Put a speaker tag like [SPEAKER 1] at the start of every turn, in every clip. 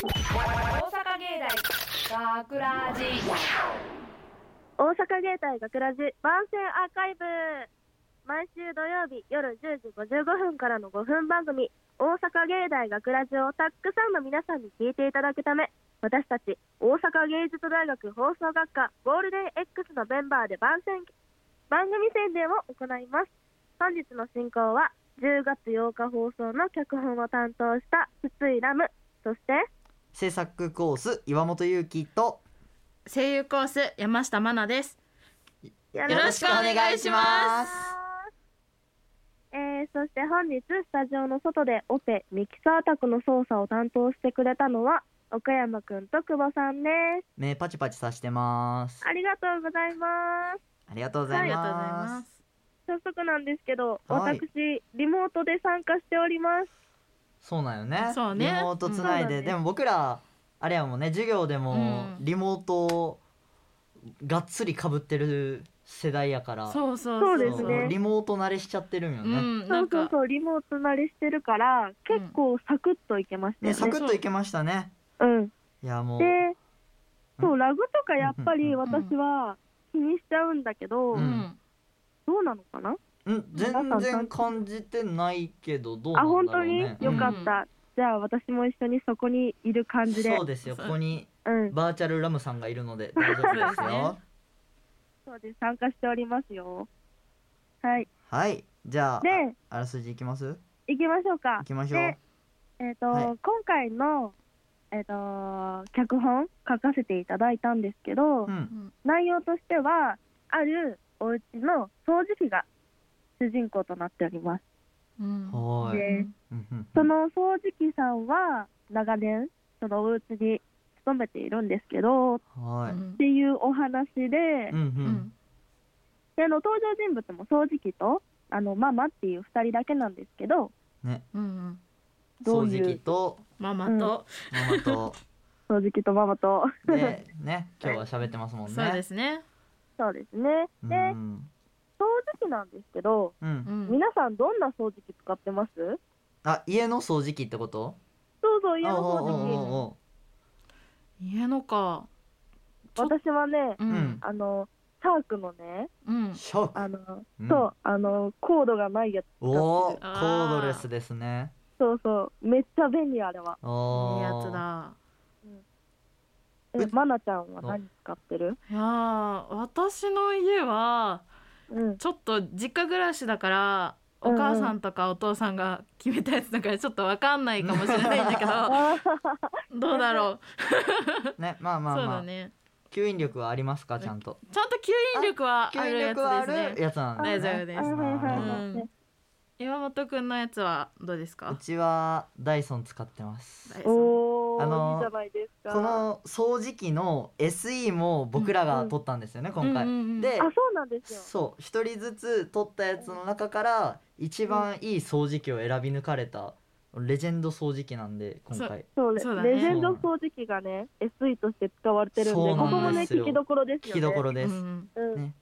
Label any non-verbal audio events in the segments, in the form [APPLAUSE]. [SPEAKER 1] 大阪芸大学ラジ
[SPEAKER 2] 大阪芸大学ラジ番宣アーカイブ毎週土曜日夜10時55分からの5分番組「大阪芸大学ラジをたくさんの皆さんに聞いていただくため私たち大阪芸術大学放送学科ゴールデン X のメンバーで番宣番組宣伝を行います本日の進行は10月8日放送の脚本を担当した筒井ラムそして
[SPEAKER 3] 制作コース岩本裕樹と
[SPEAKER 4] 声優コース山下真奈です
[SPEAKER 2] よ
[SPEAKER 4] ろしくお願いします
[SPEAKER 2] えーそして本日スタジオの外でオペミキサー宅の操作を担当してくれたのは岡山くんと久保さんで
[SPEAKER 3] 目パチパチさしてます
[SPEAKER 2] すありがとうございます
[SPEAKER 3] ありがとうご
[SPEAKER 4] あ
[SPEAKER 3] ざい
[SPEAKER 4] りがとうござい
[SPEAKER 3] ま
[SPEAKER 4] ますす
[SPEAKER 2] 早速なんですけど、
[SPEAKER 3] はい
[SPEAKER 2] 私リモートで参加しております
[SPEAKER 3] そうなんよね
[SPEAKER 4] そうね
[SPEAKER 3] リモートつないで、
[SPEAKER 2] うん
[SPEAKER 3] でも僕らあれやもんね授業でも
[SPEAKER 4] うん
[SPEAKER 3] リモートをがっつりかぶってる世代やから
[SPEAKER 4] そうそう
[SPEAKER 2] そうですね
[SPEAKER 3] リモート慣れしちゃってるんよ
[SPEAKER 4] う
[SPEAKER 3] ね、
[SPEAKER 4] ん
[SPEAKER 2] そ
[SPEAKER 4] な
[SPEAKER 2] うんそう
[SPEAKER 4] か
[SPEAKER 2] そうリモート慣れしてるから結構サクッといけました
[SPEAKER 3] ね
[SPEAKER 2] よ
[SPEAKER 3] サ
[SPEAKER 2] ね
[SPEAKER 3] クッといけましたね
[SPEAKER 2] うん
[SPEAKER 3] いやもう
[SPEAKER 2] でそううラグとかやっぱり
[SPEAKER 3] うん
[SPEAKER 2] 私は気にしちゃうんだけど、
[SPEAKER 3] う
[SPEAKER 4] うんん
[SPEAKER 2] どうなのかな
[SPEAKER 3] うん全然感じてないけどどうな
[SPEAKER 2] あ
[SPEAKER 3] ん
[SPEAKER 2] 本
[SPEAKER 3] だろ
[SPEAKER 2] 当
[SPEAKER 3] う
[SPEAKER 2] に
[SPEAKER 3] ね
[SPEAKER 2] よかった、じゃあ私も一緒にそこにいる感じで
[SPEAKER 3] そうですよここに
[SPEAKER 2] うん
[SPEAKER 3] バーチャルラムさんがいる
[SPEAKER 4] [LAUGHS]
[SPEAKER 3] ので大丈夫です
[SPEAKER 4] そうです
[SPEAKER 3] よ
[SPEAKER 4] ね
[SPEAKER 2] そうです参加しておりますよはい
[SPEAKER 3] はいじゃあ
[SPEAKER 2] で
[SPEAKER 3] ああらすじいきます
[SPEAKER 2] 行きましょうか
[SPEAKER 3] いきましょう
[SPEAKER 2] でえっ、と、
[SPEAKER 3] はい
[SPEAKER 2] 今回のえっ、と脚本書かせていただいたんですけど、
[SPEAKER 3] うん
[SPEAKER 2] 内容としてはあるお家の掃除機が主人公となっております、
[SPEAKER 4] うん
[SPEAKER 3] はーい
[SPEAKER 2] で
[SPEAKER 3] うんうんうん
[SPEAKER 2] その掃除機さんは長年そのお家に勤めているんですけどっ
[SPEAKER 3] は
[SPEAKER 4] う
[SPEAKER 3] ーい
[SPEAKER 4] ん
[SPEAKER 2] ていうお話で、
[SPEAKER 3] うんう
[SPEAKER 4] うんん
[SPEAKER 2] であの登場人物も掃除機とあのママっていう2人だけなんですけど
[SPEAKER 3] ね
[SPEAKER 4] うん
[SPEAKER 2] どう
[SPEAKER 3] 掃
[SPEAKER 2] いう
[SPEAKER 3] 除機と
[SPEAKER 4] ママと
[SPEAKER 3] ママと
[SPEAKER 2] 掃除機とママと [LAUGHS]
[SPEAKER 4] [LAUGHS]
[SPEAKER 3] でね今日は喋ってますもんね
[SPEAKER 4] そうですね
[SPEAKER 2] そうですね
[SPEAKER 3] う
[SPEAKER 2] で
[SPEAKER 3] ん
[SPEAKER 2] 掃除機なんですけど
[SPEAKER 3] う
[SPEAKER 4] うんん
[SPEAKER 2] 皆さんどんな掃除機使ってますそう
[SPEAKER 3] あ家の掃除機ってこと
[SPEAKER 2] そう家の
[SPEAKER 3] おうおう
[SPEAKER 2] 掃除機
[SPEAKER 3] おうおう
[SPEAKER 4] 家のかちょっ
[SPEAKER 2] 私はね
[SPEAKER 4] うん
[SPEAKER 2] あのシャークのね
[SPEAKER 4] うん
[SPEAKER 3] ショッ
[SPEAKER 2] あ
[SPEAKER 3] ク
[SPEAKER 2] の、
[SPEAKER 3] うん
[SPEAKER 2] そうあのコードがないやつ
[SPEAKER 3] おーコ
[SPEAKER 4] あー
[SPEAKER 3] ードレスですね
[SPEAKER 2] そうそうめっちゃ便利あれは
[SPEAKER 3] お
[SPEAKER 4] いいや
[SPEAKER 3] ー
[SPEAKER 4] つだ
[SPEAKER 2] え
[SPEAKER 3] う
[SPEAKER 2] マナちゃんは何使ってる
[SPEAKER 4] いやー私の家は
[SPEAKER 2] うん
[SPEAKER 4] ちょっと実家暮らしだからお母さんとかお父さんが決めたやつだからちょっとわかんないかもしれないんだけど
[SPEAKER 2] あ
[SPEAKER 4] どうだろう
[SPEAKER 3] ねまあまあ
[SPEAKER 4] そう
[SPEAKER 3] ま
[SPEAKER 4] だ
[SPEAKER 3] あ
[SPEAKER 4] ね
[SPEAKER 3] 吸引力はありますかちゃんと
[SPEAKER 4] ちゃんと吸引力はあ
[SPEAKER 3] 吸
[SPEAKER 4] る
[SPEAKER 3] 引
[SPEAKER 4] や
[SPEAKER 3] 力はあ
[SPEAKER 4] つです
[SPEAKER 3] る
[SPEAKER 4] ね
[SPEAKER 3] やつなんだね
[SPEAKER 4] 大丈夫です
[SPEAKER 2] ーはいはいはい
[SPEAKER 4] うん岩本くんのやつはどうです
[SPEAKER 3] う
[SPEAKER 4] か
[SPEAKER 3] ちはダイソン使ってます
[SPEAKER 4] ダイソン
[SPEAKER 2] おー
[SPEAKER 3] あのー
[SPEAKER 2] いいじゃないですか
[SPEAKER 3] この掃除機の SE も僕らが取ったんですよね、今回、
[SPEAKER 4] うんうんうん
[SPEAKER 3] で
[SPEAKER 2] あそうなんですよ
[SPEAKER 3] そう一人ずつ取ったやつの中から一番いい掃除機を選び抜かれたレジェンド掃除機なんで今回
[SPEAKER 2] そうね
[SPEAKER 4] そうだね
[SPEAKER 2] レジェンド掃除機がね SE として使われてるんで
[SPEAKER 3] そう
[SPEAKER 2] ここ
[SPEAKER 4] な
[SPEAKER 2] も
[SPEAKER 4] ん
[SPEAKER 2] ね
[SPEAKER 3] ですよ
[SPEAKER 2] 聞きどころです
[SPEAKER 3] 聞
[SPEAKER 2] よね
[SPEAKER 3] きどころです、
[SPEAKER 4] うん
[SPEAKER 2] うん
[SPEAKER 3] ね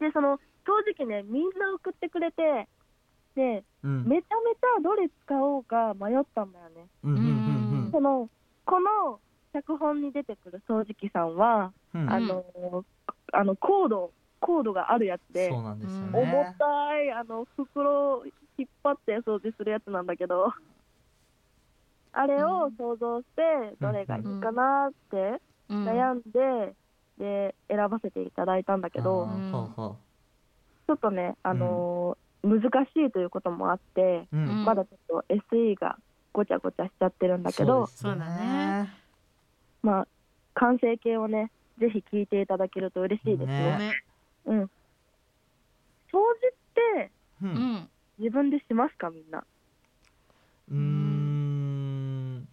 [SPEAKER 2] でその掃除機ねみんな送ってくれてで
[SPEAKER 3] うんうん
[SPEAKER 2] めちゃめちゃどれ使おうか迷ったんだよね
[SPEAKER 3] うんうん
[SPEAKER 2] そのこの脚本に出てくる掃除機さんは、
[SPEAKER 3] うんうん
[SPEAKER 2] あのあのコードコードがあるやつで
[SPEAKER 3] そうなんですよ
[SPEAKER 4] だ
[SPEAKER 2] 重
[SPEAKER 3] ね
[SPEAKER 2] たいあの袋を引っ張って掃除するやつなんだけどあれを想像してどれがいいかなって
[SPEAKER 4] うん
[SPEAKER 2] 悩んで、で選ばせていただいたんだけど、
[SPEAKER 3] あーほうほ
[SPEAKER 2] ちょっとねあのー難しいということもあって、
[SPEAKER 3] ううん
[SPEAKER 4] うん
[SPEAKER 2] まだちょっと SE がごちゃごちゃしちゃってるんだけど、
[SPEAKER 3] そうです
[SPEAKER 2] まあ完成形をねぜひ聞いていただけると嬉しいですね
[SPEAKER 3] ね
[SPEAKER 4] ね
[SPEAKER 2] うん、掃除って
[SPEAKER 3] う
[SPEAKER 4] うんん
[SPEAKER 2] 自分でしますかみんな
[SPEAKER 3] うーん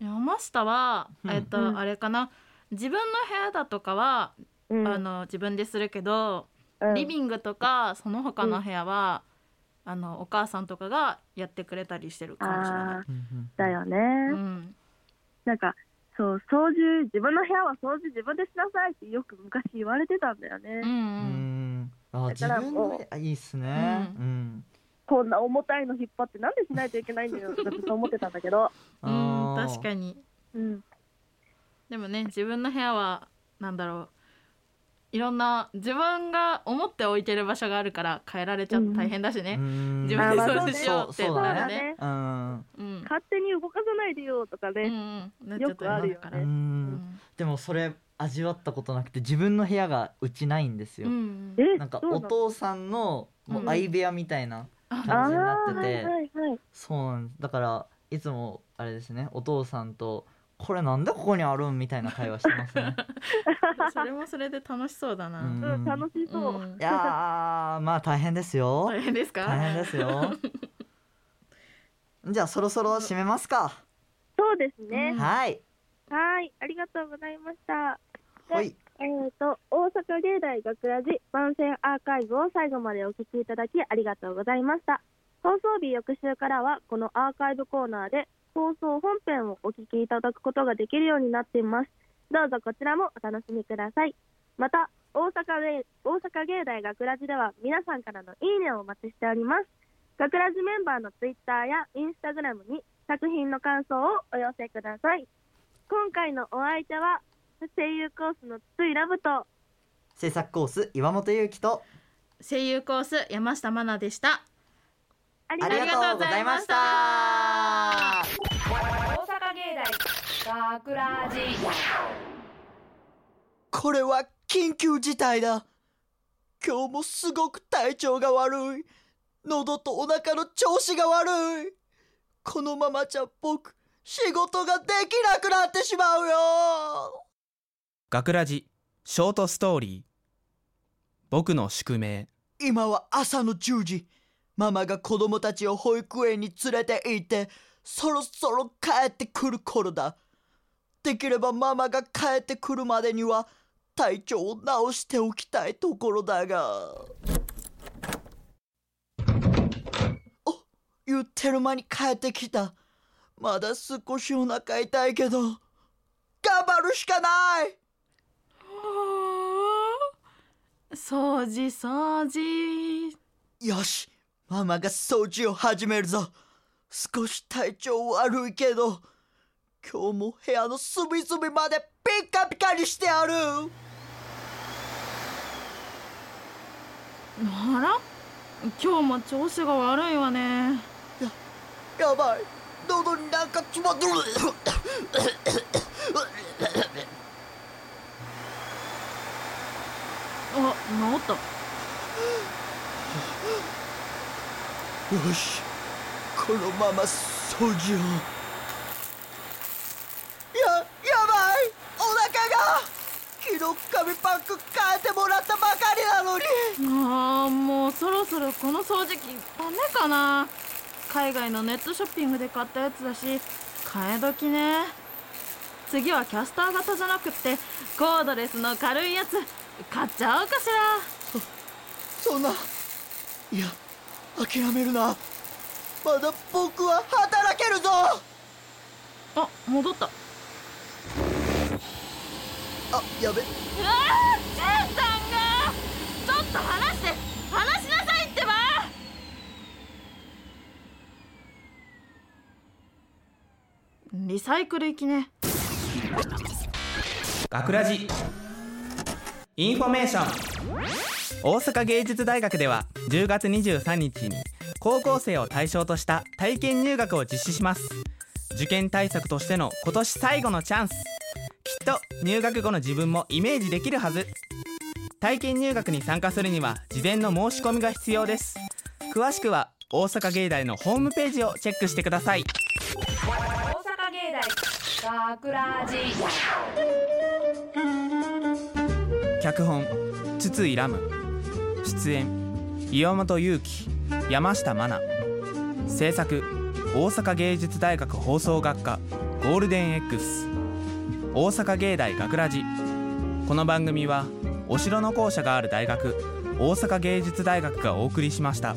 [SPEAKER 4] 山下は
[SPEAKER 3] うん
[SPEAKER 4] えっ
[SPEAKER 2] う
[SPEAKER 4] と
[SPEAKER 2] ん
[SPEAKER 4] あれかな自分の部屋だとかは
[SPEAKER 2] うん
[SPEAKER 4] あの自分でするけど
[SPEAKER 2] うん
[SPEAKER 4] リビングとかその他の部屋は、あのお母さんとかがやってくれたりしてるかもしれな
[SPEAKER 2] あー。
[SPEAKER 4] い
[SPEAKER 3] うんうん
[SPEAKER 2] だよね、
[SPEAKER 4] うん、
[SPEAKER 2] なんかそう掃除自分の部屋は掃除自分でしなさいってよく昔言われてたんだよね、
[SPEAKER 4] うんう
[SPEAKER 3] うんんあー
[SPEAKER 2] だ
[SPEAKER 3] 自
[SPEAKER 2] から
[SPEAKER 3] 分の
[SPEAKER 2] も
[SPEAKER 3] あいいっすね
[SPEAKER 4] う
[SPEAKER 3] うん
[SPEAKER 2] こ
[SPEAKER 4] [LAUGHS]
[SPEAKER 2] んな重たいの引っ張ってなんでしないといけないんだよとかずっと思ってたんだけど
[SPEAKER 4] うん、
[SPEAKER 3] あー
[SPEAKER 4] 確かに。
[SPEAKER 2] うん
[SPEAKER 4] でもね自分の部屋はなんだろういろんな自分が思って置いてる場所があるから変えられちゃ
[SPEAKER 2] うん
[SPEAKER 4] 大変だしね、
[SPEAKER 3] 分
[SPEAKER 4] 自
[SPEAKER 2] あ
[SPEAKER 4] 分で
[SPEAKER 2] まあ
[SPEAKER 4] 掃除しようって
[SPEAKER 3] そう
[SPEAKER 2] だ
[SPEAKER 4] な
[SPEAKER 2] ね
[SPEAKER 4] るね。
[SPEAKER 3] うん
[SPEAKER 4] うん
[SPEAKER 2] 勝手に動かさないでよとか
[SPEAKER 4] う
[SPEAKER 2] ね、
[SPEAKER 4] んうんなっち
[SPEAKER 2] よ
[SPEAKER 4] ゃった
[SPEAKER 2] くあるよね
[SPEAKER 4] だか
[SPEAKER 3] う
[SPEAKER 4] ら
[SPEAKER 3] んでもそれ味わったことなくて自分の部屋がうちないんです
[SPEAKER 4] う
[SPEAKER 3] よ、
[SPEAKER 4] ん
[SPEAKER 2] え
[SPEAKER 3] なんか
[SPEAKER 2] そう
[SPEAKER 3] お
[SPEAKER 2] なの
[SPEAKER 3] 父さんのもう相部屋みたいな
[SPEAKER 2] あ
[SPEAKER 3] 感じになって
[SPEAKER 2] ー
[SPEAKER 3] て、
[SPEAKER 2] はいはいはい
[SPEAKER 3] そうなんですだからいつもあれですねお父さんと「これなんでここにあるん?」みたいな会話してますね。
[SPEAKER 4] それもそれで楽しそうだな。
[SPEAKER 3] うん
[SPEAKER 2] うん、楽しそう、
[SPEAKER 4] うん
[SPEAKER 3] いやーまあ大変ですよ
[SPEAKER 4] 大変ですか？
[SPEAKER 3] 大変ですよ [LAUGHS] じゃあそろそろ締めますか、
[SPEAKER 2] そうですね、
[SPEAKER 3] はい
[SPEAKER 2] はいありがとうございました
[SPEAKER 3] ほい
[SPEAKER 2] えー、と大阪芸大学ラジ番宣アーカイブを最後までお聞きいただきありがとうございました放送日翌週からはこのアーカイブコーナーで放送本編をお聞きいただくことができるようになっていますどうぞこちらもお楽しみくださいまた大阪芸大阪芸大学ラジでは皆さんからのいいねをお待ちしております学ラジメンバーのツイッターやインスタグラムに作品の感想をお寄せください今回のお相手は声優コースの筒井ラブと
[SPEAKER 3] 制作コース岩本裕樹と
[SPEAKER 4] 声優コース山下真奈でした。
[SPEAKER 2] あり
[SPEAKER 3] あ
[SPEAKER 2] が
[SPEAKER 3] り
[SPEAKER 2] とう
[SPEAKER 3] がとうございまし
[SPEAKER 4] ありがとうございました
[SPEAKER 3] た。
[SPEAKER 1] 大阪芸大学ラジ
[SPEAKER 5] これは緊急事態だ今日もすごく体調が悪い喉とお腹の調子が悪いこのままじゃ僕仕事ができなくなってしまうよ
[SPEAKER 6] 学ラジショートストーリー僕の宿命
[SPEAKER 5] 今は朝の10時ママが子供たちを保育園に連れて行ってそろそろ帰ってくる頃だできればママが帰ってくるまでには体調を直しておきたいところだがあ言ってる間に帰ってきたまだ少しお腹痛いけど頑張るしかない
[SPEAKER 4] 掃除掃除。
[SPEAKER 5] よしママが掃除を始めるぞ少し体調悪いけど今日も部屋の隅々までピッカピカにしてやる
[SPEAKER 4] あら、今日も調子が悪いわね。
[SPEAKER 5] やばい喉になんか詰まってる
[SPEAKER 4] あ、治った。
[SPEAKER 5] よしこのまま掃除をややばいお腹が昨日紙パック変えてもらったばかりなのに
[SPEAKER 4] ああ、もうそろそろこの掃除機ダメかな。海外のネットショッピングで買ったやつだし、替え時ね。次はキャスター型じゃなくってコードレスの軽いやつ買っちゃおうかしら。
[SPEAKER 5] そんな、いや、諦めるな。まだ僕は働けるぞ
[SPEAKER 4] あ戻ったうわ
[SPEAKER 5] あ、やべ、
[SPEAKER 4] あじゅんさんがちょっと話して話しなさいってばリサイクル行きね
[SPEAKER 6] 学ラジインフォメーション大阪芸術大学では10月23日に高校生を対象とした体験入学を実施します受験対策としての今年最後のチャンスきっと入学後の自分もイメージできるはず体験入学に参加するには事前の申し込みが必要です詳しくは大阪芸大のホームページをチェックしてくださ
[SPEAKER 1] 大
[SPEAKER 6] い
[SPEAKER 1] 阪芸大学ラジ
[SPEAKER 6] 脚本筒井ラム出演岩本裕樹山下真奈制作大阪芸術大学放送学科ゴールデン X 大阪芸大学ラジこの番組はお城の校舎がある大学大阪芸術大学がお送りしました